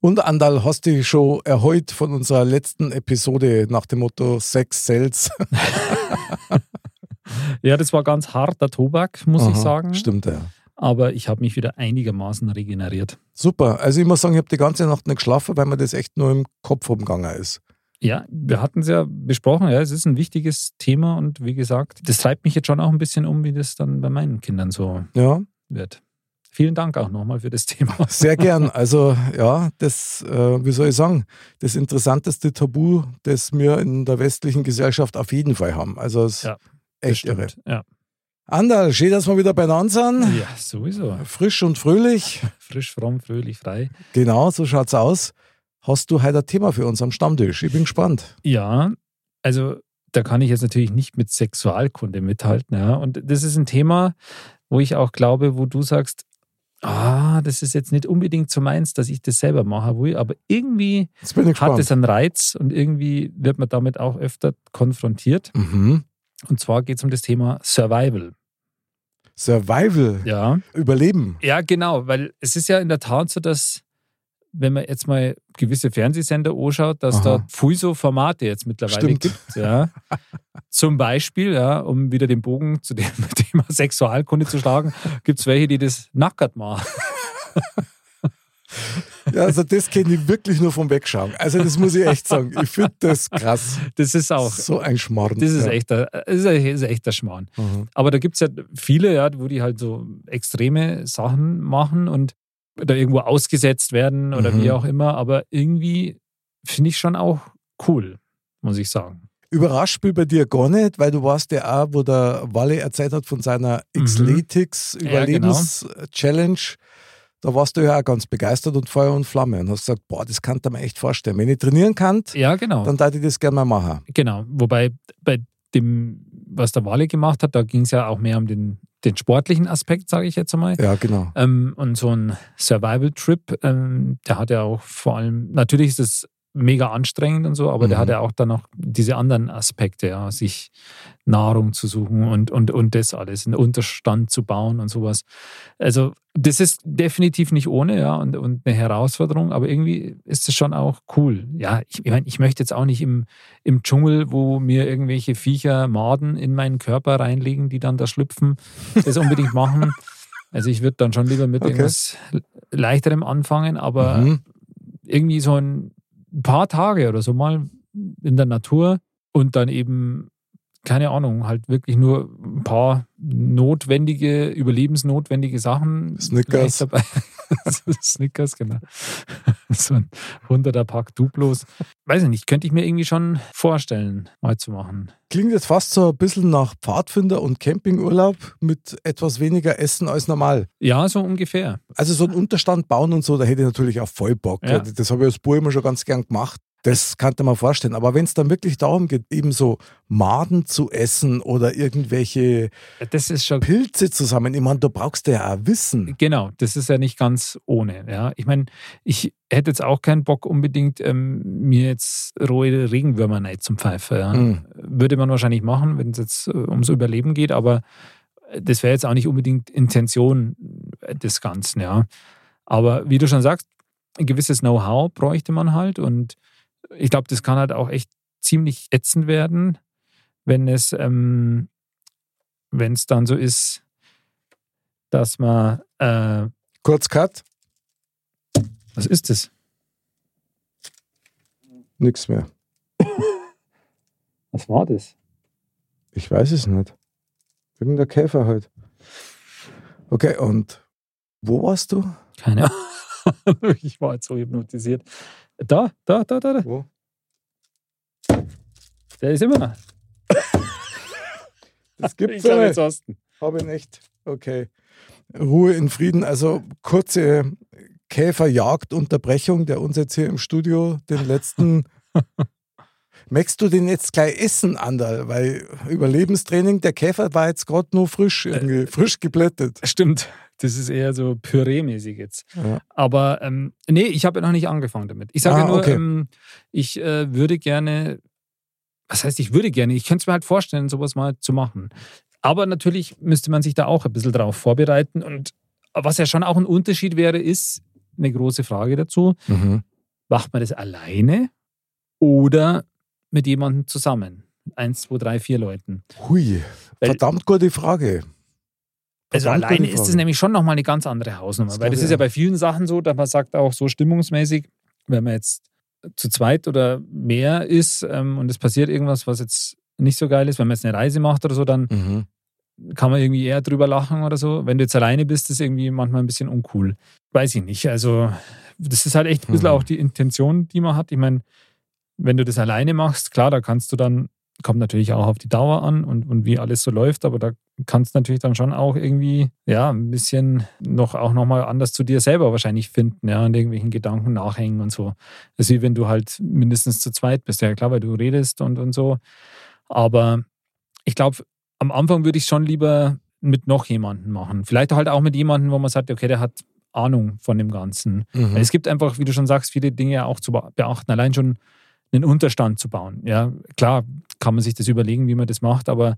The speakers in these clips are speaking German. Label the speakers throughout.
Speaker 1: Und Andal hast dich schon erheut von unserer letzten Episode nach dem Motto Sex sells.
Speaker 2: Ja, das war ganz harter Tobak, muss ich sagen.
Speaker 1: Stimmt, ja.
Speaker 2: Aber ich habe mich wieder einigermaßen regeneriert.
Speaker 1: Super. Also ich muss sagen, ich habe die ganze Nacht nicht geschlafen, weil mir das echt nur im Kopf umgegangen ist.
Speaker 2: Ja, wir hatten es ja besprochen, ja, es ist ein wichtiges Thema und wie gesagt, das treibt mich jetzt schon auch ein bisschen um, wie das dann bei meinen Kindern so
Speaker 1: Ja,
Speaker 2: wird. Vielen Dank auch nochmal für das Thema.
Speaker 1: sehr gern. Also ja, das, äh, wie soll ich sagen, das interessanteste Tabu, das wir in der westlichen Gesellschaft auf jeden Fall haben. Also es ist
Speaker 2: Ja,
Speaker 1: echt irre.
Speaker 2: Stimmt. Ja.
Speaker 1: Andal, schön, dass wir wieder beieinander sind.
Speaker 2: ja, sowieso.
Speaker 1: Frisch und fröhlich.
Speaker 2: Frisch, fromm, fröhlich, frei.
Speaker 1: Genau, so schaut's aus. Hast du heute ein Thema für uns am Stammtisch? Ich bin gespannt.
Speaker 2: Ja, also da kann ich jetzt natürlich nicht mit Sexualkunde mithalten. Ja. Und das ist ein Thema, wo ich auch glaube, wo du sagst, ah, das ist jetzt nicht unbedingt so meins, dass ich das selber machen will, aber irgendwie
Speaker 1: Jetzt bin ich
Speaker 2: hat es
Speaker 1: gespannt.
Speaker 2: einen Reiz und irgendwie wird man damit auch öfter konfrontiert.
Speaker 1: Mhm.
Speaker 2: Und zwar geht es um das Thema Survival.
Speaker 1: Survival,
Speaker 2: Ja.
Speaker 1: Überleben.
Speaker 2: ja, genau, weil es ist ja in der Tat so, dass wenn man jetzt mal gewisse Fernsehsender anschaut, dass
Speaker 1: Aha.
Speaker 2: da viel so Formate jetzt mittlerweile
Speaker 1: Stimmt.
Speaker 2: gibt. Ja. Zum Beispiel, ja, um wieder den Bogen zu dem Thema Sexualkunde zu schlagen, gibt es welche, die das nackert machen.
Speaker 1: Ja, also das kenne ich wirklich nur vom Wegschauen. Also das muss ich echt sagen. Ich finde das krass.
Speaker 2: Das ist auch,
Speaker 1: So ein Schmarrn.
Speaker 2: das ist
Speaker 1: ja.
Speaker 2: echt, der- das ist echt- das ist echt der Schmarrn.
Speaker 1: Mhm.
Speaker 2: Aber da gibt es ja viele, ja, wo die halt so extreme Sachen machen und da irgendwo ausgesetzt werden oder
Speaker 1: Mhm.
Speaker 2: wie auch immer. Aber irgendwie finde ich schon auch cool, muss ich sagen.
Speaker 1: Überrascht bin ich bei dir gar nicht, weil du warst ja auch, wo der Walle erzählt hat von seiner
Speaker 2: Mhm. genau.
Speaker 1: Xletics-Überlebens-Challenge. Da warst du ja auch ganz begeistert und Feuer und Flamme und hast gesagt, boah, das kann man echt vorstellen. Wenn ich trainieren kann,
Speaker 2: Ja, genau.
Speaker 1: dann darf ich das gerne mal machen.
Speaker 2: genau. Wobei bei dem, was der Wale gemacht hat, da ging es ja auch mehr um den, den sportlichen Aspekt, sage ich jetzt einmal.
Speaker 1: Ja, genau.
Speaker 2: Ähm, und so ein Survival-Trip, ähm, der hat ja auch vor allem, natürlich ist es mega anstrengend und so, aber der
Speaker 1: Mhm.
Speaker 2: hat ja auch dann noch diese anderen Aspekte, ja, sich Nahrung zu suchen und, und, und das alles, einen Unterstand zu bauen und sowas. Also das ist definitiv nicht ohne, ja, und, und eine Herausforderung, aber irgendwie ist es schon auch cool. Ja, ich, ich meine, ich möchte jetzt auch nicht im, im Dschungel, wo mir irgendwelche Viecher Maden in meinen Körper reinlegen, die dann da schlüpfen, das unbedingt machen. Also ich würde dann schon lieber mit
Speaker 1: Okay.
Speaker 2: irgendwas Leichterem anfangen, aber
Speaker 1: Mhm.
Speaker 2: irgendwie so ein paar Tage oder so mal in der Natur und dann eben, keine Ahnung, halt wirklich nur ein paar notwendige, überlebensnotwendige Sachen.
Speaker 1: Snickers.
Speaker 2: vielleicht Dabei. Snickers, genau. So ein 100er Pack Duplos. Weiß ich nicht, könnte ich mir irgendwie schon vorstellen, mal zu machen.
Speaker 1: Klingt jetzt fast so ein bisschen nach Pfadfinder und Campingurlaub mit etwas weniger Essen als normal.
Speaker 2: Ja, so ungefähr.
Speaker 1: Also so einen Unterstand bauen und so, da hätte ich natürlich auch voll Bock.
Speaker 2: Ja.
Speaker 1: Das habe ich als Bub immer schon ganz gern gemacht. Das kannte man vorstellen. Aber wenn es dann wirklich darum geht, eben so Maden zu essen oder irgendwelche
Speaker 2: Das ist schon
Speaker 1: Pilze zusammen, ich meine, da brauchst du ja auch Wissen.
Speaker 2: Genau, das ist ja nicht ganz ohne. Ja. Ich meine, ich hätte jetzt auch keinen Bock unbedingt, ähm, mir jetzt rohe Regenwürmer nicht zum Pfeifen. Ja.
Speaker 1: Mhm.
Speaker 2: Würde man wahrscheinlich machen, wenn es jetzt äh, ums Überleben geht, aber äh, das wäre jetzt auch nicht unbedingt Intention äh, des Ganzen. Ja. Aber wie du schon sagst, ein gewisses Know-how bräuchte man halt und ich glaube, das kann halt auch echt ziemlich ätzend werden, wenn es, ähm, wenn es dann so ist, dass man äh,
Speaker 1: Kurz Cut,
Speaker 2: was ist das?
Speaker 1: nichts mehr.
Speaker 2: Was war das?
Speaker 1: Ich weiß es nicht. Irgendein Käfer halt. Okay, und wo warst du?
Speaker 2: Keine Ahnung. Ich war jetzt so hypnotisiert. Da, da, da, da, da.
Speaker 1: Wo?
Speaker 2: Der ist immer noch.
Speaker 1: Das gibt's ja
Speaker 2: glaub,
Speaker 1: nicht.
Speaker 2: jetzt hast du ihn.
Speaker 1: Habe ich nicht. Okay. Ruhe in Frieden. Also kurze Käferjagdunterbrechung, der uns jetzt hier im Studio den letzten. Möchtest du den jetzt gleich essen, Anderl? Weil Überlebenstraining, der Käfer war jetzt gerade nur frisch, irgendwie frisch geblättet.
Speaker 2: Stimmt. Das ist eher so Püree-mäßig jetzt.
Speaker 1: Ja.
Speaker 2: Aber ähm, nee, ich habe ja noch nicht angefangen damit. Ich sage
Speaker 1: Ah,
Speaker 2: nur,
Speaker 1: okay.
Speaker 2: ähm, ich äh, würde gerne, was heißt, ich würde gerne, ich könnte es mir halt vorstellen, sowas mal zu machen. Aber natürlich müsste man sich da auch ein bisschen drauf vorbereiten. Und was ja schon auch ein Unterschied wäre, ist eine große Frage dazu. Macht man das alleine oder mit jemandem zusammen? Eins, zwei, drei, vier Leuten.
Speaker 1: Hui,
Speaker 2: Weil-
Speaker 1: verdammt gute Frage.
Speaker 2: Also
Speaker 1: Verdammt
Speaker 2: alleine
Speaker 1: gute
Speaker 2: ist es
Speaker 1: Frage.
Speaker 2: nämlich schon nochmal eine ganz andere Hausnummer,
Speaker 1: Das
Speaker 2: weil
Speaker 1: glaub
Speaker 2: das
Speaker 1: ich
Speaker 2: ist ja
Speaker 1: auch.
Speaker 2: bei vielen Sachen so, dass man sagt auch so stimmungsmäßig, wenn man jetzt zu zweit oder mehr ist ähm, und es passiert irgendwas, was jetzt nicht so geil ist, wenn man jetzt eine Reise macht oder so, dann
Speaker 1: Mhm.
Speaker 2: kann man irgendwie eher drüber lachen oder so. Wenn du jetzt alleine bist, ist irgendwie manchmal ein bisschen uncool. Weiß ich nicht. Also, das ist halt echt ein bisschen
Speaker 1: Mhm.
Speaker 2: auch die Intention, die man hat. Ich meine, wenn du das alleine machst, klar, da kannst du dann, kommt natürlich auch auf die Dauer an und, und wie alles so läuft, aber da kannst du natürlich dann schon auch irgendwie, ja, ein bisschen noch auch nochmal anders zu dir selber wahrscheinlich finden, ja, und irgendwelchen Gedanken nachhängen und so. Das ist wie wenn du halt mindestens zu zweit bist, ja klar, weil du redest und, und so. Aber ich glaube, am Anfang würde ich schon lieber mit noch jemandem machen. Vielleicht halt auch mit jemandem, wo man sagt, okay, der hat Ahnung von dem Ganzen. Weil
Speaker 1: Mhm.
Speaker 2: Es gibt einfach, wie du schon sagst, viele Dinge auch zu be- beachten. Allein schon einen Unterstand zu bauen. Ja, klar kann man sich das überlegen, wie man das macht, aber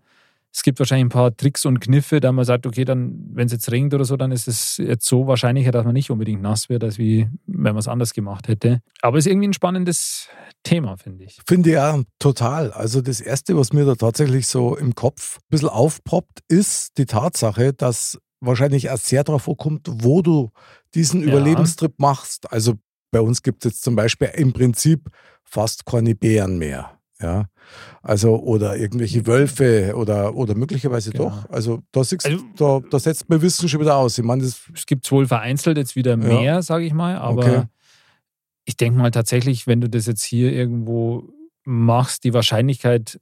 Speaker 2: es gibt wahrscheinlich ein paar Tricks und Kniffe, da man sagt, okay, dann, wenn es jetzt regnet oder so, dann ist es jetzt so wahrscheinlicher, dass man nicht unbedingt nass wird, als wie wenn man es anders gemacht hätte. Aber es ist irgendwie ein spannendes Thema, finde ich.
Speaker 1: Finde ich ja total. Also das Erste, was mir da tatsächlich so im Kopf ein bisschen aufpoppt, ist die Tatsache, dass wahrscheinlich erst sehr darauf ankommt, wo du diesen
Speaker 2: Ja.
Speaker 1: Überlebenstrip machst. Also bei uns gibt es jetzt zum Beispiel im Prinzip fast keine Bären mehr. Ja, also oder irgendwelche Wölfe oder, oder möglicherweise
Speaker 2: Genau.
Speaker 1: doch. Also da, siehst,
Speaker 2: Also-
Speaker 1: da, da setzt mein Wissen schon wieder aus. Ich meine, das
Speaker 2: es gibt wohl vereinzelt jetzt wieder mehr, sage ich mal, aber
Speaker 1: Okay.
Speaker 2: ich denke mal tatsächlich, wenn du das jetzt hier irgendwo machst, die Wahrscheinlichkeit,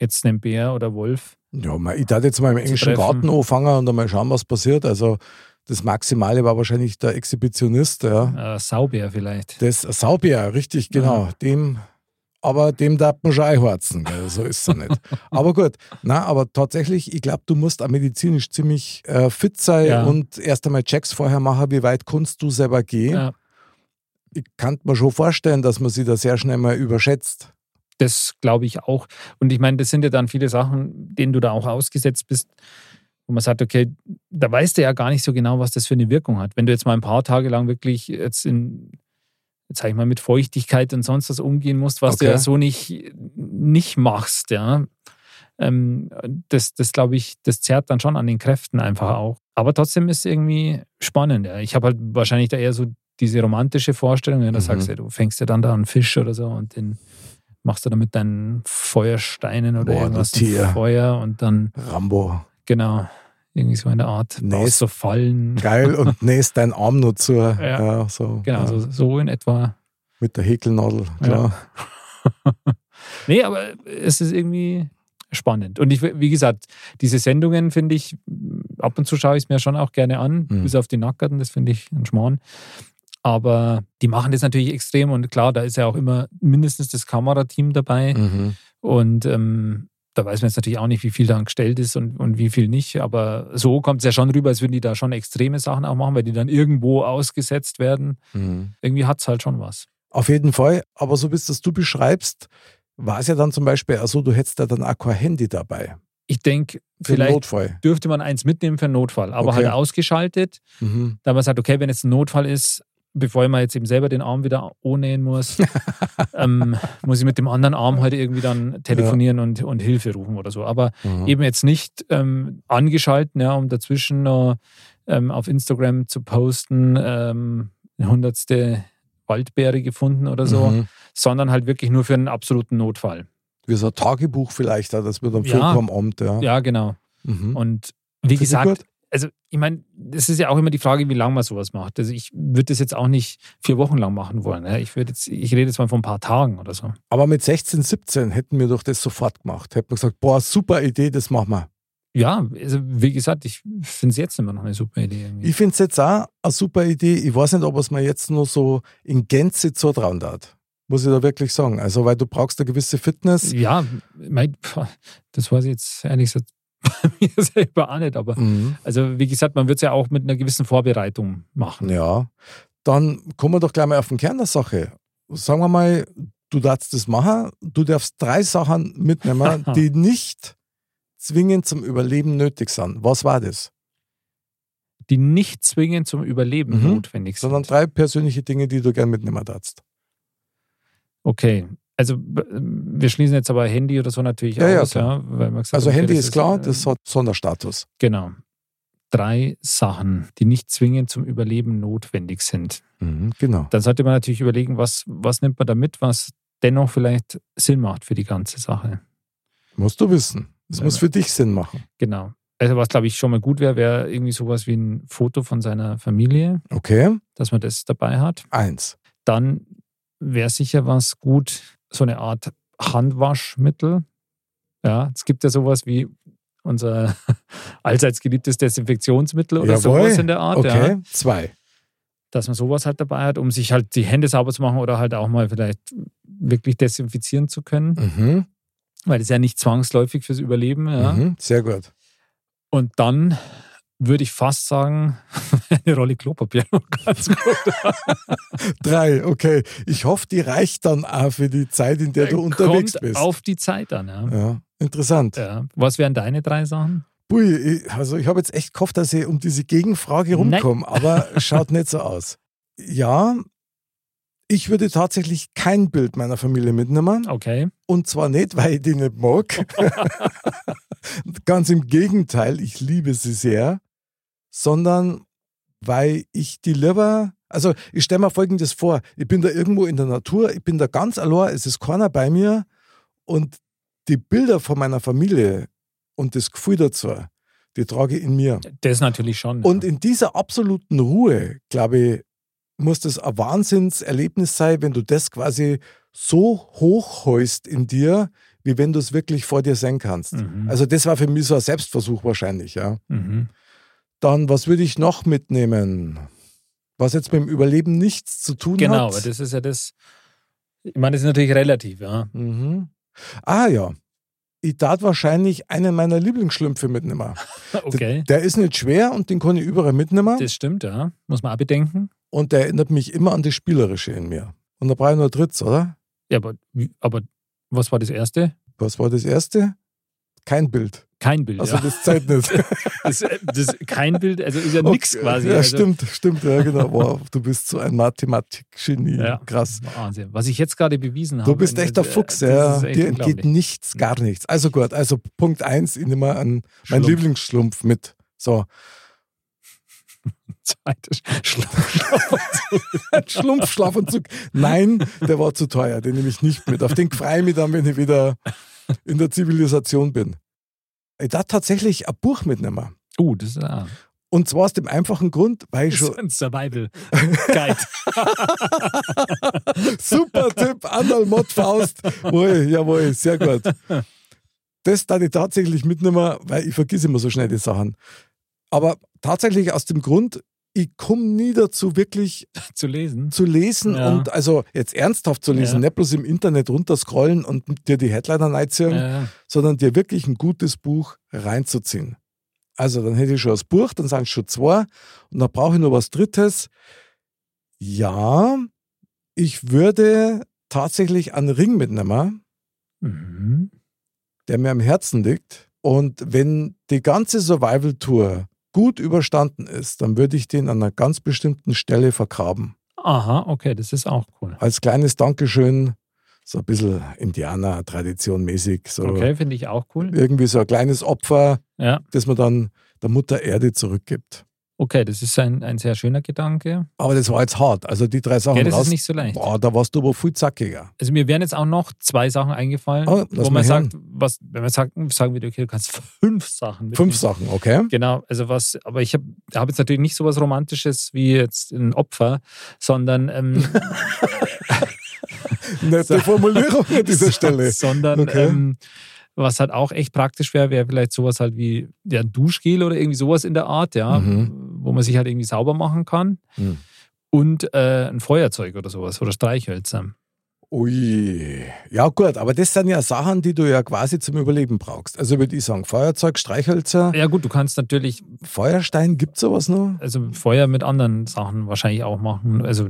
Speaker 2: jetzt einen Bär oder Wolf,
Speaker 1: Ja, man, ich darf jetzt mal im englischen
Speaker 2: treffen.
Speaker 1: Garten anfangen und dann mal schauen, was passiert. Also das Maximale war wahrscheinlich der Exhibitionist, ja.
Speaker 2: äh, Saubär vielleicht.
Speaker 1: Das Saubier, richtig, genau. Dem, aber dem darf man schon einhorzen. gell, So ist es nicht. aber gut, na, aber tatsächlich, ich glaube, du musst auch medizinisch ziemlich äh, fit sein
Speaker 2: Ja.
Speaker 1: und erst einmal Checks vorher machen, wie weit kannst du selber gehen.
Speaker 2: Ja,
Speaker 1: Ich kann mir schon vorstellen, dass man sich da sehr schnell mal überschätzt.
Speaker 2: das glaube ich auch. Und ich meine, das sind ja dann viele Sachen, denen du da auch ausgesetzt bist, wo man sagt, okay, da weißt du ja gar nicht so genau, was das für eine Wirkung hat. Wenn du jetzt mal ein paar Tage lang wirklich jetzt in, jetzt sag ich mal, mit Feuchtigkeit und sonst was umgehen musst, was du
Speaker 1: Okay.
Speaker 2: ja so nicht, nicht machst, ja. Ähm, das, das glaube ich, das zerrt dann schon an den Kräften einfach auch. Aber trotzdem ist irgendwie spannend. Ja. Ich habe halt wahrscheinlich da eher so diese romantische Vorstellung, ja, da
Speaker 1: Mhm.
Speaker 2: sagst du, du fängst ja dann da einen Fisch oder so und den machst du dann mit deinen Feuersteinen oder
Speaker 1: Boah, du
Speaker 2: irgendwas ein
Speaker 1: Tier.
Speaker 2: Feuer und dann
Speaker 1: Rambo,
Speaker 2: Genau. Irgendwie so eine Art
Speaker 1: Nee,
Speaker 2: nee, so fallen.
Speaker 1: geil und nähst deinen Arm nur zu. Ja.
Speaker 2: Ja.
Speaker 1: so,
Speaker 2: Genau,
Speaker 1: ja,
Speaker 2: so, so in etwa.
Speaker 1: Mit der Häkelnadel, klar.
Speaker 2: Nee, aber es ist irgendwie spannend. Und ich, wie gesagt, diese Sendungen finde ich, ab und zu schaue ich es mir schon auch gerne an,
Speaker 1: Mhm.
Speaker 2: bis auf die Nackerten, das finde ich ein Schmarrn. Aber die machen das natürlich extrem und klar, da ist ja auch immer mindestens das Kamerateam dabei.
Speaker 1: Mhm.
Speaker 2: Und ähm, da weiß man jetzt natürlich auch nicht, wie viel da gestellt ist und, und wie viel nicht. Aber so kommt es ja schon rüber, als würden die da schon extreme Sachen auch machen, weil die dann irgendwo ausgesetzt werden.
Speaker 1: Mhm.
Speaker 2: irgendwie hat es halt schon was.
Speaker 1: Auf jeden Fall. Aber so wie es das du beschreibst, war es ja dann zum Beispiel, also du hättest da dann auch kein Handy dabei.
Speaker 2: Ich denke,
Speaker 1: Für den
Speaker 2: vielleicht
Speaker 1: Notfall.
Speaker 2: dürfte man eins mitnehmen für einen Notfall, aber
Speaker 1: Okay.
Speaker 2: halt ausgeschaltet,
Speaker 1: Mhm.
Speaker 2: da man sagt, okay, wenn jetzt ein Notfall ist, bevor ich mir jetzt eben selber den Arm wieder nähen muss, ähm, muss ich mit dem anderen Arm halt irgendwie dann telefonieren und, und Hilfe rufen oder so. Aber
Speaker 1: Mhm.
Speaker 2: eben jetzt nicht ähm, angeschalten, ja, um dazwischen noch ähm, auf Instagram zu posten, ähm, eine hundertste Waldbeere gefunden oder so,
Speaker 1: Mhm.
Speaker 2: sondern halt wirklich nur für einen absoluten Notfall.
Speaker 1: Wie so ein Tagebuch vielleicht, auch, das wird am
Speaker 2: Ja.
Speaker 1: vollkommen Amt. Ja.
Speaker 2: Ja, genau.
Speaker 1: Mhm.
Speaker 2: Und wie
Speaker 1: Finde ich
Speaker 2: gesagt,
Speaker 1: gut.
Speaker 2: also ich meine, das ist ja auch immer die Frage, wie lange man sowas macht. Also ich würde das jetzt auch nicht vier Wochen lang machen wollen. Ne? Ich würde jetzt, ich rede jetzt mal von ein paar Tagen oder so.
Speaker 1: Aber mit 16, 17 hätten wir doch das sofort gemacht. Hätten wir gesagt, boah, super Idee, das machen wir.
Speaker 2: Ja, also wie gesagt, ich finde es jetzt immer noch eine super Idee. Irgendwie.
Speaker 1: Ich finde es jetzt auch eine super Idee. Ich weiß nicht, ob es mir jetzt nur so in Gänze zutrauen darf. Muss ich da wirklich sagen. Also, weil du brauchst eine gewisse Fitness.
Speaker 2: ja, mein, pf, das weiß ich jetzt ehrlich gesagt bei mir selber auch nicht. Aber
Speaker 1: Mhm.
Speaker 2: also wie gesagt, man wird es ja auch mit einer gewissen Vorbereitung machen.
Speaker 1: Ja, dann kommen wir doch gleich mal auf den Kern der Sache. Sagen wir mal, du darfst das machen, du darfst drei Sachen mitnehmen, die nicht zwingend zum Überleben nötig sind. Was war das?
Speaker 2: Die nicht zwingend zum Überleben
Speaker 1: Mhm.
Speaker 2: notwendig sind.
Speaker 1: Sondern drei persönliche Dinge, die du gern mitnehmen darfst.
Speaker 2: Okay. Also b- wir schließen jetzt aber Handy oder so natürlich
Speaker 1: Ja, ja,
Speaker 2: aus. Ja,
Speaker 1: klar.
Speaker 2: weil man gesagt
Speaker 1: Also
Speaker 2: hat, okay,
Speaker 1: Handy
Speaker 2: das
Speaker 1: ist klar,
Speaker 2: äh,
Speaker 1: das hat Sonderstatus.
Speaker 2: Genau. Drei Sachen, die nicht zwingend zum Überleben notwendig sind.
Speaker 1: Mhm, genau.
Speaker 2: Dann sollte man natürlich überlegen, was, was nimmt man da mit, was dennoch vielleicht Sinn macht für die ganze Sache.
Speaker 1: Musst du wissen. Es
Speaker 2: Ja.
Speaker 1: muss für dich Sinn machen.
Speaker 2: Genau. Also was, glaube ich, schon mal gut wäre, wäre irgendwie sowas wie ein Foto von seiner Familie,
Speaker 1: Okay,
Speaker 2: dass man das dabei hat.
Speaker 1: eins.
Speaker 2: Dann wäre sicher was gut, so eine Art Handwaschmittel. Ja, es gibt ja sowas wie unser allseits geliebtes Desinfektionsmittel oder
Speaker 1: Jawohl.
Speaker 2: sowas in der Art. Ja.
Speaker 1: Okay, zwei.
Speaker 2: dass man sowas halt dabei hat, um sich halt die Hände sauber zu machen oder halt auch mal vielleicht wirklich desinfizieren zu können,
Speaker 1: Mhm,
Speaker 2: weil das ist ja nicht zwangsläufig fürs Überleben. Ja.
Speaker 1: mhm, sehr gut.
Speaker 2: Und dann würde ich fast sagen, eine Rolle Klopapier noch ganz gut.
Speaker 1: Drei, okay. Ich hoffe, die reicht dann auch für die Zeit, in der du unterwegs
Speaker 2: Äh, Kommt
Speaker 1: bist.
Speaker 2: auf die Zeit an. Ja.
Speaker 1: Ja, interessant.
Speaker 2: Ja. Was wären deine drei Sachen?
Speaker 1: Pui, ich- also ich habe jetzt echt gehofft, dass ich um diese Gegenfrage rumkomme, aber schaut nicht so aus. Ja, ich würde tatsächlich kein Bild meiner Familie mitnehmen.
Speaker 2: Okay.
Speaker 1: Und zwar nicht, weil ich die nicht mag. Ganz im Gegenteil, ich liebe sie sehr, sondern weil ich die lieber. Also, ich stelle mir folgendes vor: Ich bin da irgendwo in der Natur, ich bin da ganz allein, es ist keiner bei mir und die Bilder von meiner Familie und das Gefühl dazu, die trage ich in mir.
Speaker 2: Das natürlich schon.
Speaker 1: Und
Speaker 2: ja.
Speaker 1: in dieser absoluten Ruhe, glaube ich, muss das ein Wahnsinnserlebnis sein, wenn du das quasi so hochhäust in dir, wie wenn du es wirklich vor dir sehen kannst.
Speaker 2: mhm.
Speaker 1: Also das war für mich so ein Selbstversuch wahrscheinlich, ja.
Speaker 2: mhm.
Speaker 1: Dann, was würde ich noch mitnehmen? Was jetzt mit dem Überleben nichts zu tun
Speaker 2: Genau,
Speaker 1: hat.
Speaker 2: aber das ist ja das. Ich meine, das ist natürlich relativ, ja.
Speaker 1: Mhm. Ah ja. Ich tat wahrscheinlich einen meiner Lieblingsschlümpfe mitnehmen.
Speaker 2: Okay.
Speaker 1: Der ist nicht schwer und den kann ich überall mitnehmen.
Speaker 2: Das stimmt, ja. Muss man auch bedenken.
Speaker 1: Und der erinnert mich immer an das Spielerische in mir. Und da brauche ich nur Dritts, oder?
Speaker 2: Ja, aber, aber was war das erste?
Speaker 1: Was war das erste? Kein Bild.
Speaker 2: Kein Bild.
Speaker 1: Also
Speaker 2: ja.
Speaker 1: das zählt nicht.
Speaker 2: das, das, kein Bild, also ist ja nichts
Speaker 1: Okay.
Speaker 2: quasi.
Speaker 1: Ja,
Speaker 2: also,
Speaker 1: stimmt, stimmt, ja, genau. Wow, du bist so ein Mathematik-Genie.
Speaker 2: Ja.
Speaker 1: Krass.
Speaker 2: Wahnsinn. Was ich jetzt gerade bewiesen habe.
Speaker 1: Du bist
Speaker 2: äh,
Speaker 1: echt der
Speaker 2: äh,
Speaker 1: Fuchs,
Speaker 2: das
Speaker 1: ja.
Speaker 2: ist echt
Speaker 1: Dir
Speaker 2: unglaublich.
Speaker 1: entgeht nichts, gar nichts. Also gut, also Punkt eins, ich nehme an meinen
Speaker 2: Schlumpf.
Speaker 1: Lieblingsschlumpf mit. So.
Speaker 2: Zweite Sch- Schlumpf.
Speaker 1: Schlumpf, Schlafanzug. Nein, der war zu teuer, den nehme ich nicht mit. Auf den freue ich mich dann, wenn ich wieder in der Zivilisation bin. Ich darf tatsächlich ein Buch mitnehmen.
Speaker 2: Oh, das ist, ah,
Speaker 1: Und zwar aus dem einfachen Grund, weil ich
Speaker 2: das
Speaker 1: schon
Speaker 2: ist ein Survival Guide.
Speaker 1: Super Tipp, Anderl Mott Faust. Wohl, jawohl, sehr gut. Das darf ich tatsächlich mitnehmen, weil ich vergesse immer so schnell die Sachen. Aber tatsächlich aus dem Grund, ich komme nie dazu, wirklich
Speaker 2: zu lesen.
Speaker 1: zu lesen
Speaker 2: Ja.
Speaker 1: und also jetzt ernsthaft zu lesen,
Speaker 2: Ja.
Speaker 1: nicht bloß im Internet runterscrollen und dir die Headliner reinziehen,
Speaker 2: Äh,
Speaker 1: sondern dir wirklich ein gutes Buch reinzuziehen. Also dann hätte ich schon das Buch, dann sind es schon zwei und dann brauche ich noch was Drittes. Ja, ich würde tatsächlich einen Ring mitnehmen,
Speaker 2: mhm.
Speaker 1: der mir am Herzen liegt. Und wenn die ganze Survival-Tour gut überstanden ist, dann würde ich den an einer ganz bestimmten Stelle vergraben.
Speaker 2: Aha, okay, das ist auch cool.
Speaker 1: Als kleines Dankeschön, so ein bisschen Indianer-Tradition mäßig, so
Speaker 2: Okay, finde ich auch cool.
Speaker 1: irgendwie so ein kleines Opfer,
Speaker 2: Ja,
Speaker 1: das man dann der Mutter Erde zurückgibt.
Speaker 2: okay, das ist ein, ein sehr schöner Gedanke.
Speaker 1: Aber das war jetzt hart. Also die drei Sachen
Speaker 2: Ja, das
Speaker 1: raus.
Speaker 2: ist nicht so leicht.
Speaker 1: boah, da warst du aber viel zackiger.
Speaker 2: Also mir wären jetzt auch noch zwei Sachen eingefallen,
Speaker 1: Oh, lass
Speaker 2: wo
Speaker 1: mal
Speaker 2: man sagt, was, wenn man sagt, sagen würde, okay, du kannst fünf Sachen
Speaker 1: Fünf
Speaker 2: mitnehmen.
Speaker 1: Sachen, okay?
Speaker 2: Genau, also was, aber ich habe hab jetzt natürlich nicht so was Romantisches wie jetzt ein Opfer, sondern ähm,
Speaker 1: Nette Formulierung an dieser Stelle.
Speaker 2: sondern
Speaker 1: Okay.
Speaker 2: ähm, was halt auch echt praktisch wäre, wäre vielleicht sowas halt wie ja, ein Duschgel oder irgendwie sowas in der Art, ja,
Speaker 1: Mhm.
Speaker 2: wo man sich halt irgendwie sauber machen kann.
Speaker 1: Hm.
Speaker 2: Und äh, ein Feuerzeug oder sowas oder Streichhölzer.
Speaker 1: Ui. Ja, gut, aber das sind ja Sachen, die du ja quasi zum Überleben brauchst. Also würde ich sagen, Feuerzeug, Streichhölzer,
Speaker 2: Ja gut, du kannst natürlich
Speaker 1: Feuerstein, gibt es sowas noch?
Speaker 2: also Feuer mit anderen Sachen wahrscheinlich auch machen. Also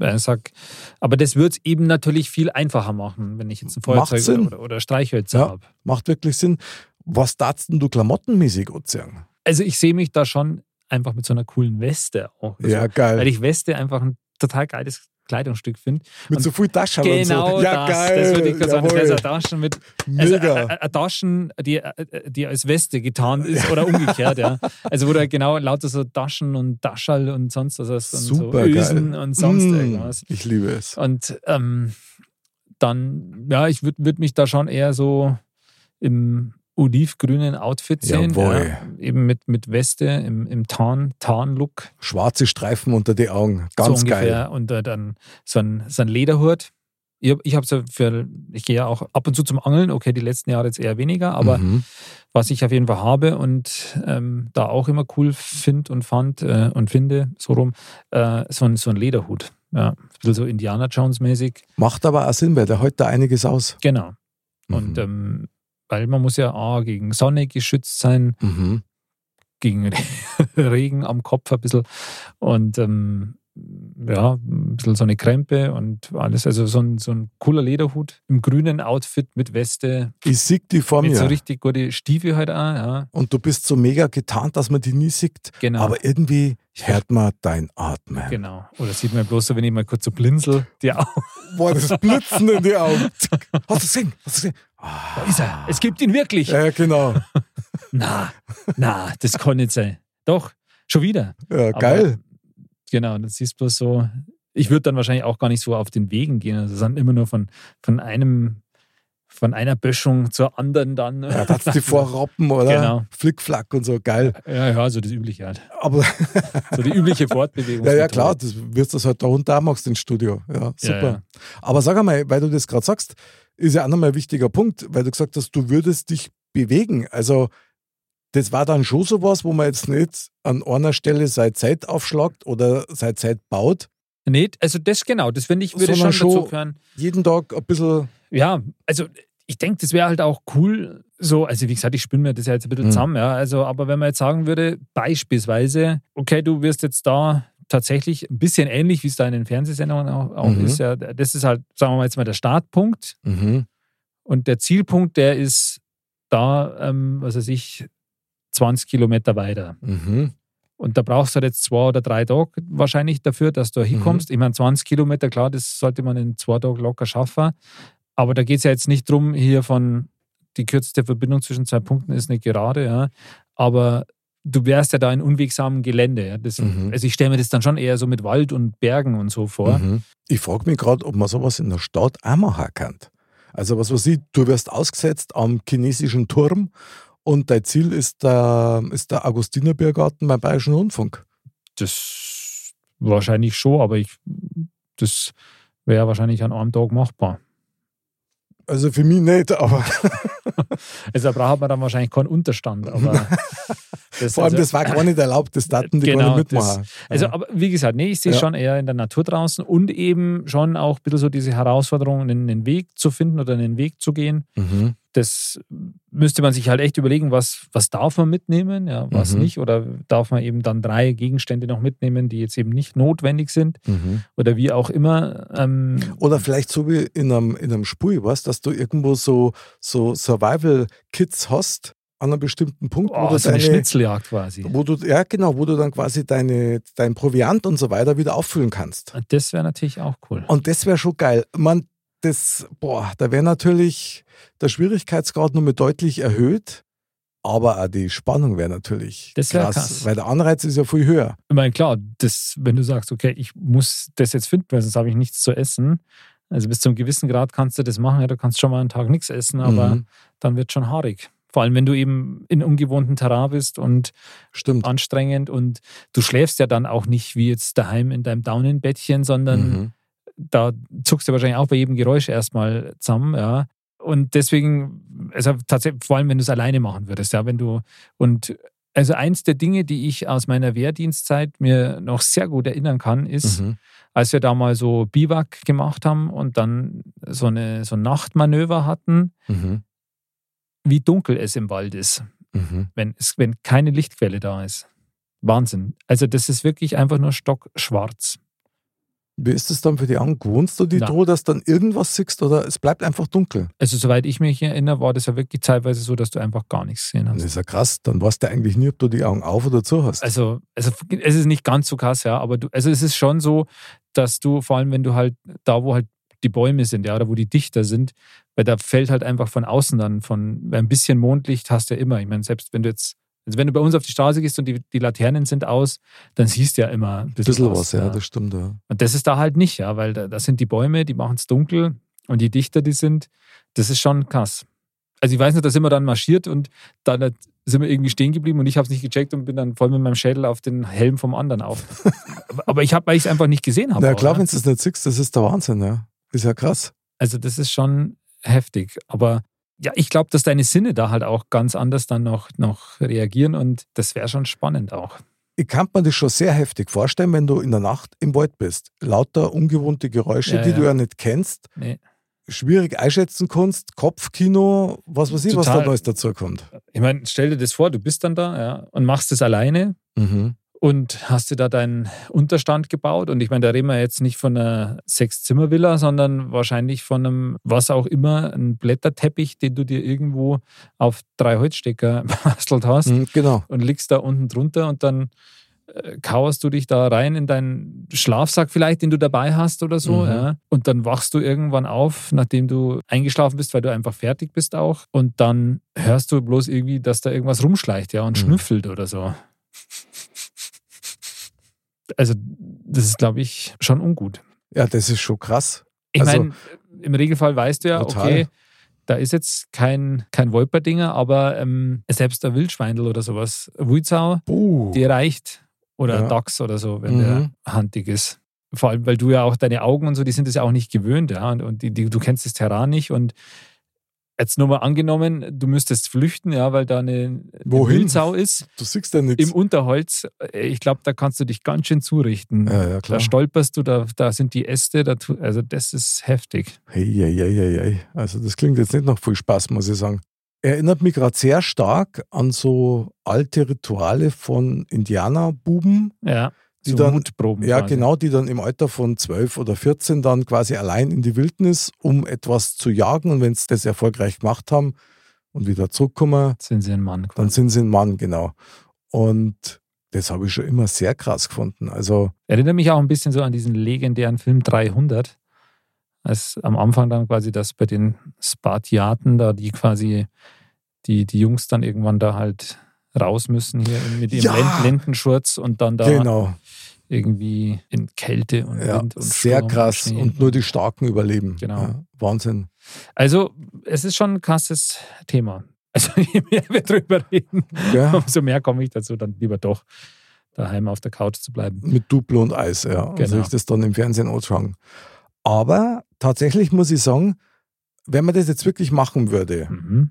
Speaker 2: äh, sag, aber das wird es eben natürlich viel einfacher machen, wenn ich jetzt ein
Speaker 1: Macht
Speaker 2: Feuerzeug
Speaker 1: Sinn.
Speaker 2: oder, oder Streichhölzer
Speaker 1: Ja.
Speaker 2: habe.
Speaker 1: Macht wirklich Sinn. Was darfst denn du klamottenmäßig anziehen?
Speaker 2: also ich sehe mich da schon einfach mit so einer coolen Weste auch. Also,
Speaker 1: Ja, geil.
Speaker 2: Weil ich Weste einfach ein total geiles Kleidungsstück finde.
Speaker 1: Mit
Speaker 2: Und
Speaker 1: so viel Taschen
Speaker 2: Genau
Speaker 1: und so. Ja,
Speaker 2: das,
Speaker 1: geil.
Speaker 2: das würde ich gerade sagen. Das
Speaker 1: jawohl.
Speaker 2: wäre so eine Taschen mit, also
Speaker 1: Mega.
Speaker 2: eine eine Taschen, die, äh, die als Weste getarnt ist oder umgekehrt, ja. Also wo du genau lauter so Taschen und Taschall und sonst was hast und
Speaker 1: Supergeil.
Speaker 2: so Ösen und sonst
Speaker 1: Mm,
Speaker 2: irgendwas.
Speaker 1: Ich liebe es.
Speaker 2: Und ähm, dann, ja, ich würde würd mich da schon eher so im olivgrünen Outfit sehen.
Speaker 1: Jawohl.
Speaker 2: Ja, eben mit, mit Weste, im, im Tarn, Tarn-Look.
Speaker 1: Schwarze Streifen unter die Augen. Ganz
Speaker 2: so ungefähr.
Speaker 1: geil.
Speaker 2: Und äh, dann so ein, so ein Lederhut. Ich, hab- ich habe so für, ich gehe ja auch ab und zu zum Angeln, okay, die letzten Jahre jetzt eher weniger, aber
Speaker 1: Mhm.
Speaker 2: was ich auf jeden Fall habe und ähm, da auch immer cool finde und fand äh, und finde, so rum, äh, so, ein, so ein Lederhut. Ja, ein bisschen so Indiana Jones-mäßig.
Speaker 1: Macht aber auch Sinn, weil der heute da einiges aus.
Speaker 2: Genau.
Speaker 1: Mhm.
Speaker 2: Und ähm, weil man muss ja A, gegen Sonne geschützt sein,
Speaker 1: mhm.
Speaker 2: gegen Re- Regen am Kopf ein bisschen und ähm, ja, ein bisschen so eine Krempe und alles. Also so ein, so ein cooler Lederhut im grünen Outfit mit Weste,
Speaker 1: Ich sieg die vor
Speaker 2: mit
Speaker 1: mir.
Speaker 2: so richtig gute Stiefel halt auch, ja.
Speaker 1: und du bist so mega getarnt, dass man die nie sieht.
Speaker 2: Genau.
Speaker 1: Aber irgendwie hört man dein Atmen.
Speaker 2: Genau. Oder sieht man bloß so, wenn ich mal kurz so blinzel, die Augen.
Speaker 1: Boah, das Blitzen in die Augen. Zack. Hast du gesehen? Hast du gesehen?
Speaker 2: Da ist er. Es gibt ihn wirklich.
Speaker 1: Ja, genau.
Speaker 2: Na, na, das kann nicht sein. Doch, schon wieder.
Speaker 1: Ja,
Speaker 2: Aber-
Speaker 1: geil.
Speaker 2: Genau, das siehst bloß so. Ich würde dann wahrscheinlich auch gar nicht so auf den Wegen gehen. Also dann immer nur von, von einem, von einer Böschung zur anderen dann. ne?
Speaker 1: Ja, das die Vorrappen, oder?
Speaker 2: Genau.
Speaker 1: Flickflack und so, geil.
Speaker 2: ja, ja, so das übliche halt.
Speaker 1: Aber
Speaker 2: So die übliche Fortbewegung.
Speaker 1: ja, ja, klar, das wirst du halt da runter auch machst ins Studio. Ja, super. Aber sag einmal, weil du das gerade sagst, ist ja auch nochmal ein wichtiger Punkt, weil du gesagt hast, du würdest dich bewegen. Also, das war dann schon sowas, wo man jetzt nicht an einer Stelle seine Zeit aufschlagt oder seine Zeit baut.
Speaker 2: Nee, also das genau, das finde ich, würde schon,
Speaker 1: Sondern schon-
Speaker 2: dazu gehören.
Speaker 1: Jeden Tag ein bisschen.
Speaker 2: Ja, also ich denke, das wäre halt auch cool, so, also wie gesagt, ich spinne mir das ja jetzt ein bisschen
Speaker 1: Mhm.
Speaker 2: zusammen, ja, also, aber wenn man jetzt sagen würde, beispielsweise, okay, du wirst jetzt da tatsächlich ein bisschen ähnlich, wie es da in den Fernsehsendungen auch, auch
Speaker 1: Mhm.
Speaker 2: ist, ja, das ist halt, sagen wir mal jetzt mal der Startpunkt und der Zielpunkt, der ist da, ähm, was weiß ich, 20 Kilometer weiter.
Speaker 1: mhm.
Speaker 2: Und da brauchst du halt jetzt zwei oder drei Tage wahrscheinlich dafür, dass du
Speaker 1: Mhm.
Speaker 2: hinkommst. Ich meine, 20 Kilometer, klar, das sollte man in zwei Tagen locker schaffen. Aber da geht es ja jetzt nicht drum, hier von die kürzeste Verbindung zwischen zwei Punkten ist eine Gerade, ja. Aber du wärst ja da in unwegsamem Gelände. Ja. Das,
Speaker 1: Mhm.
Speaker 2: Also ich stelle mir das dann schon eher so mit Wald und Bergen und so vor.
Speaker 1: Mhm. Ich frage mich gerade, ob man sowas in der Stadt auch machen kann. Also, was weiß ich, du wirst ausgesetzt am chinesischen Turm und dein Ziel ist der, ist der Augustinerbiergarten beim Bayerischen Rundfunk.
Speaker 2: Das wahrscheinlich schon, aber ich das wäre wahrscheinlich an einem Tag machbar.
Speaker 1: Also für mich nicht, aber
Speaker 2: Also da braucht man dann wahrscheinlich keinen Unterstand. Aber das-
Speaker 1: vor allem,
Speaker 2: also-
Speaker 1: das war gar nicht erlaubt, das daten die
Speaker 2: Genau,
Speaker 1: gar nicht mitmachen.
Speaker 2: Also,
Speaker 1: Ja.
Speaker 2: aber wie gesagt, nee, ich sehe es
Speaker 1: Ja.
Speaker 2: schon eher in der Natur draußen und eben schon auch ein bisschen so diese Herausforderung, einen, einen Weg zu finden oder einen Weg zu gehen.
Speaker 1: Mhm.
Speaker 2: Das müsste man sich halt echt überlegen, was, was darf man mitnehmen, ja, was
Speaker 1: Mhm.
Speaker 2: nicht. Oder darf man eben dann drei Gegenstände noch mitnehmen, die jetzt eben nicht notwendig sind
Speaker 1: Mhm.
Speaker 2: oder wie auch immer. Ähm,
Speaker 1: Oder vielleicht so wie in einem, in einem Spiel, weißt dass du irgendwo so, so Survival-Kits hast an einem bestimmten Punkt, wo
Speaker 2: oh,
Speaker 1: du
Speaker 2: so eine
Speaker 1: deine,
Speaker 2: Schnitzeljagd quasi.
Speaker 1: wo du, ja genau, wo du dann quasi deine, dein Proviant und so weiter wieder auffüllen kannst.
Speaker 2: Das wäre natürlich auch cool.
Speaker 1: Und das wäre schon geil. Man, das, boah, da wäre natürlich der Schwierigkeitsgrad nur mit deutlich erhöht, aber auch die Spannung wäre natürlich
Speaker 2: Das wär krass.
Speaker 1: weil der Anreiz ist ja viel höher.
Speaker 2: Ich meine, klar, das, wenn du sagst, okay, ich muss das jetzt finden, weil sonst habe ich nichts zu essen. Also bis zu einem gewissen Grad kannst du das machen, ja, du kannst schon mal einen Tag nichts essen, Genau, aber
Speaker 1: Mhm.
Speaker 2: dann wird schon haarig. Vor allem, wenn du eben in ungewohnten Terrain bist und
Speaker 1: stimmt.
Speaker 2: anstrengend und du schläfst ja dann auch nicht wie jetzt daheim in deinem Daunenbettchen, sondern
Speaker 1: Mhm.
Speaker 2: da zuckst du wahrscheinlich auch bei jedem Geräusch erstmal zusammen, ja. Und deswegen, also tatsächlich, vor allem wenn du es alleine machen würdest, ja, wenn du und also eins der Dinge, die ich aus meiner Wehrdienstzeit mir noch sehr gut erinnern kann, ist,
Speaker 1: Mhm.
Speaker 2: als wir da mal so Biwak gemacht haben und dann so eine so ein Nachtmanöver hatten,
Speaker 1: Mhm.
Speaker 2: wie dunkel es im Wald ist,
Speaker 1: Mhm.
Speaker 2: wenn es wenn keine Lichtquelle da ist. Wahnsinn. Also das ist wirklich einfach nur stockschwarz.
Speaker 1: Wie ist es dann für die Augen? Gewohnst du die
Speaker 2: Na.
Speaker 1: Droh, dass dann irgendwas siehst oder es bleibt einfach dunkel?
Speaker 2: Also soweit ich mich erinnere, war das ja wirklich teilweise so, dass du einfach gar nichts gesehen hast.
Speaker 1: Das ist ja krass. Dann weißt du eigentlich nie, ob du die Augen auf oder zu hast.
Speaker 2: Also, also es also, ist nicht ganz so krass, ja, aber du, also es ist schon so, dass du, vor allem wenn du halt da, wo halt die Bäume sind, ja, oder wo die dichter sind, weil da fällt halt einfach von außen dann von, weil ein bisschen Mondlicht hast du ja immer. Ich meine, selbst wenn du jetzt, also wenn du bei uns auf die Straße gehst und die, die Laternen sind aus, dann siehst du ja immer ein
Speaker 1: Ein
Speaker 2: bisschen,
Speaker 1: bisschen was, ja, das stimmt, ja.
Speaker 2: Und das ist da halt nicht, ja, weil da, da sind die Bäume, die machen es dunkel und je dichter die sind, das ist schon krass. Also ich weiß nicht, da sind wir dann marschiert und dann hat- sind wir irgendwie stehen geblieben und ich habe es nicht gecheckt und bin dann voll mit meinem Schädel auf den Helm vom anderen auf. Aber ich habe, weil ich es einfach nicht gesehen habe.
Speaker 1: Na
Speaker 2: auch,
Speaker 1: klar,
Speaker 2: ne?
Speaker 1: wenn du es nicht siehst, das ist der Wahnsinn, ja. Ist ja krass.
Speaker 2: Also das ist schon heftig. Aber ja, ich glaube, dass deine Sinne da halt auch ganz anders dann noch, noch reagieren und das wäre schon spannend auch.
Speaker 1: Ich kann mir das schon sehr heftig vorstellen, wenn du in der Nacht im Wald bist. Lauter ungewohnte Geräusche,
Speaker 2: Ja,
Speaker 1: die
Speaker 2: ja.
Speaker 1: du ja nicht kennst,
Speaker 2: Nee.
Speaker 1: schwierig einschätzen kannst, Kopfkino, was weiß ich, was da
Speaker 2: Total.
Speaker 1: Neues dazukommt.
Speaker 2: Ich meine, stell dir das vor, du bist dann da ja, und machst das alleine
Speaker 1: Mhm.
Speaker 2: Und hast dir da deinen Unterstand gebaut? Und ich meine, da reden wir jetzt nicht von einer Sechs-Zimmer-Villa, sondern wahrscheinlich von einem, was auch immer, einem Blätterteppich, den du dir irgendwo auf drei Holzstecker bastelt hast
Speaker 1: Mhm, genau.
Speaker 2: und liegst da unten drunter und dann äh, kauerst du dich da rein in deinen Schlafsack vielleicht, den du dabei hast oder so.
Speaker 1: Mhm.
Speaker 2: Ja. Und dann wachst du irgendwann auf, nachdem du eingeschlafen bist, weil du einfach fertig bist auch. Und dann hörst du bloß irgendwie, dass da irgendwas rumschleicht, ja, und
Speaker 1: Mhm.
Speaker 2: schnüffelt oder so. Also, das ist, glaube ich, schon ungut.
Speaker 1: Ja, das ist schon krass.
Speaker 2: Ich
Speaker 1: Also-
Speaker 2: meine, im Regelfall weißt du ja,
Speaker 1: Total.
Speaker 2: okay, da ist jetzt kein, kein Wolperdinger, aber ähm, selbst der Wildschweindel oder sowas, Wuizau,
Speaker 1: Uh.
Speaker 2: die reicht. Oder
Speaker 1: Ja.
Speaker 2: Dachs oder so, wenn
Speaker 1: Mhm.
Speaker 2: der handig ist. Vor allem, weil du ja auch deine Augen und so, die sind es ja auch nicht gewöhnt, ja. Und, und die, die, du kennst das Terrain nicht. Und jetzt nur mal angenommen, du müsstest flüchten, ja, weil da eine, eine
Speaker 1: Wohin?
Speaker 2: Wildsau ist
Speaker 1: Du siehst ja nichts.
Speaker 2: im Unterholz. Äh, Ich glaube, da kannst du dich ganz schön zurichten.
Speaker 1: Ja, ja,
Speaker 2: da
Speaker 1: klar.
Speaker 2: stolperst du, da, da sind die Äste, da, tu- also das ist heftig.
Speaker 1: Hey, hey, hey, hey, hey. Also das klingt jetzt nicht nach viel Spaß, muss ich sagen. Erinnert mich gerade sehr stark an so alte Rituale von Indianerbuben,
Speaker 2: Ja.
Speaker 1: Die
Speaker 2: so
Speaker 1: dann-
Speaker 2: Mutproben.
Speaker 1: Ja,
Speaker 2: quasi.
Speaker 1: genau, die dann im Alter von 12 oder 14 dann quasi allein in die Wildnis, um etwas zu jagen. Und wenn sie das erfolgreich gemacht haben und wieder zurückkommen,
Speaker 2: Sind sie ein Mann
Speaker 1: dann
Speaker 2: quasi.
Speaker 1: sind sie ein Mann, genau. Und das habe ich schon immer sehr krass gefunden. Also,
Speaker 2: Erinnert mich auch ein bisschen so an diesen legendären Film 300, als am Anfang dann quasi das bei den Spartiaten da, die quasi die, die Jungs dann irgendwann da halt raus müssen hier mit ihrem
Speaker 1: Ja!
Speaker 2: Lend- Lendenschurz und dann da
Speaker 1: genau,
Speaker 2: irgendwie in Kälte und
Speaker 1: ja,
Speaker 2: Wind und
Speaker 1: sehr
Speaker 2: Sturm
Speaker 1: krass.
Speaker 2: Schnee.
Speaker 1: Und nur die Starken überleben.
Speaker 2: Genau.
Speaker 1: Ja, Wahnsinn.
Speaker 2: also es ist schon ein krasses Thema. Also je mehr wir drüber reden,
Speaker 1: Gell?
Speaker 2: umso mehr komme ich dazu, dann lieber doch daheim auf der Couch zu bleiben.
Speaker 1: Mit Duplo und Eis, ja. Und
Speaker 2: Genau.
Speaker 1: sich das dann im Fernsehen anschauen. Aber tatsächlich muss ich sagen, wenn man das jetzt wirklich machen würde,
Speaker 2: Mhm.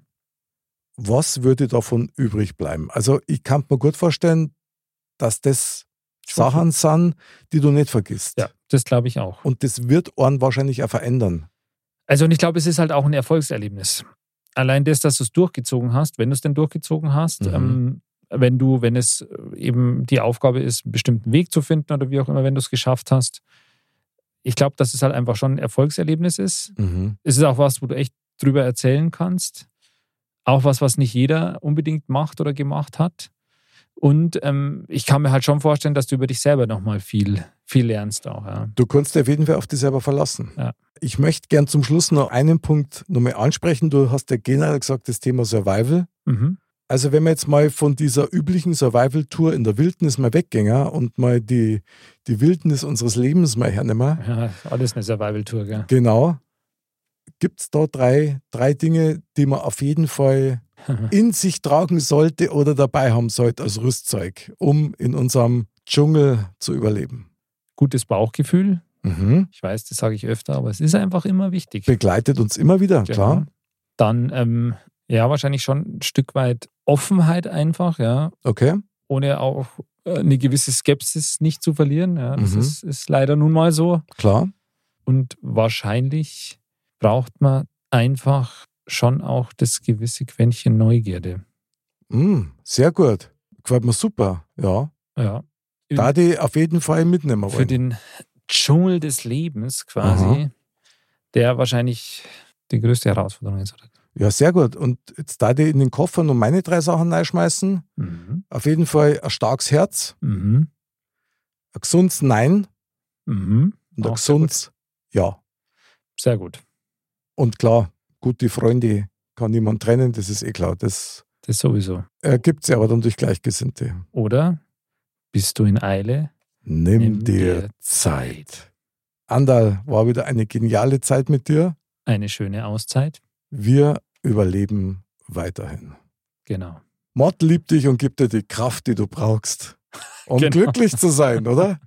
Speaker 1: was würde davon übrig bleiben? Also ich kann mir gut vorstellen, dass das Sachen sind, die du nicht vergisst.
Speaker 2: Ja, das glaube ich auch.
Speaker 1: Und das wird Ohren wahrscheinlich auch verändern.
Speaker 2: Also, und ich glaube, es ist halt auch ein Erfolgserlebnis. Allein das, dass du es durchgezogen hast, wenn du es denn durchgezogen hast,
Speaker 1: Mhm.
Speaker 2: ähm, wenn du, wenn es äh, eben die Aufgabe ist, einen bestimmten Weg zu finden oder wie auch immer, wenn du es geschafft hast. Ich glaube, dass es halt einfach schon ein Erfolgserlebnis ist. Es ist auch was, wo du echt drüber erzählen kannst. Auch was, was nicht jeder unbedingt macht oder gemacht hat. Und ähm, ich kann mir halt schon vorstellen, dass du über dich selber nochmal viel, viel lernst auch. Ja.
Speaker 1: Du kannst dich auf jeden Fall auf dich selber verlassen.
Speaker 2: Ja.
Speaker 1: Ich möchte gern zum Schluss noch einen Punkt nochmal ansprechen. Du hast ja generell gesagt, das Thema Survival.
Speaker 2: Mhm.
Speaker 1: Also wenn wir jetzt mal von dieser üblichen Survival-Tour in der Wildnis mal weggehen und mal die, die Wildnis unseres Lebens mal hernehmen,
Speaker 2: ja alles eine Survival-Tour, gell?
Speaker 1: Genau. Gibt es da drei, drei Dinge, die man auf jeden Fall in sich tragen sollte oder dabei haben sollte als Rüstzeug, um in unserem Dschungel zu überleben?
Speaker 2: Gutes Bauchgefühl,
Speaker 1: Mhm.
Speaker 2: Ich weiß, das sage ich öfter, aber es ist einfach immer wichtig.
Speaker 1: Begleitet uns immer wieder,
Speaker 2: Genau.
Speaker 1: klar.
Speaker 2: Dann, ähm, ja, wahrscheinlich schon ein Stück weit Offenheit einfach, ja,
Speaker 1: Okay.
Speaker 2: ohne auch äh, eine gewisse Skepsis nicht zu verlieren. Ja, das
Speaker 1: Mhm.
Speaker 2: ist, ist leider nun mal so.
Speaker 1: Klar.
Speaker 2: Und wahrscheinlich braucht man einfach schon auch das gewisse Quäntchen Neugierde.
Speaker 1: Mm, sehr gut. Gefällt mir super. Ja.
Speaker 2: Ja.
Speaker 1: Da die auf jeden Fall mitnehmen
Speaker 2: Für
Speaker 1: wollen.
Speaker 2: den Dschungel des Lebens quasi,
Speaker 1: Aha.
Speaker 2: der wahrscheinlich die größte Herausforderung ist. oder?
Speaker 1: Ja, sehr gut. Und jetzt da die in den Koffer nur meine drei Sachen reinschmeißen.
Speaker 2: Mhm.
Speaker 1: Auf jeden Fall ein starkes Herz,
Speaker 2: Mhm.
Speaker 1: ein gesundes Nein
Speaker 2: Mhm.
Speaker 1: Und ein
Speaker 2: Auch sehr gut.
Speaker 1: gesundes Ja.
Speaker 2: Sehr gut.
Speaker 1: Und klar, gute Freunde kann niemand trennen, das ist eh klar. Das
Speaker 2: Das sowieso.
Speaker 1: ergibt sich aber dann durch Gleichgesinnte.
Speaker 2: Oder bist du in Eile?
Speaker 1: Nimm, dir, Zeit. Andal, war wieder eine geniale Zeit mit dir.
Speaker 2: Eine schöne Auszeit.
Speaker 1: Wir überleben weiterhin.
Speaker 2: Genau.
Speaker 1: Mord liebt dich und gibt dir die Kraft, die du brauchst, um
Speaker 2: Genau.
Speaker 1: glücklich zu sein, oder?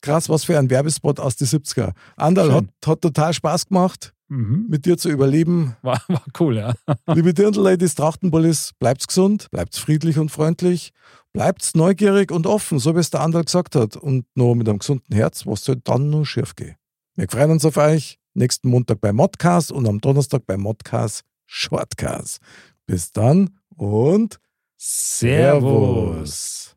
Speaker 1: Krass, was für ein Werbespot aus den 70er. Andal hat,
Speaker 2: Schön.
Speaker 1: hat total Spaß gemacht,
Speaker 2: Mhm.
Speaker 1: mit dir zu überleben.
Speaker 2: War, war cool, ja.
Speaker 1: Liebe Dirndl-Ladies, Trachtenbullis, bleibt's gesund, bleibt's friedlich und freundlich, bleibt's neugierig und offen, so wie es der Andal gesagt hat. Und nur mit einem gesunden Herz, was soll dann nur schief gehen. Wir freuen uns auf euch nächsten Montag bei Modcast und am Donnerstag bei Modcast Shortcast. Bis dann und
Speaker 2: Servus.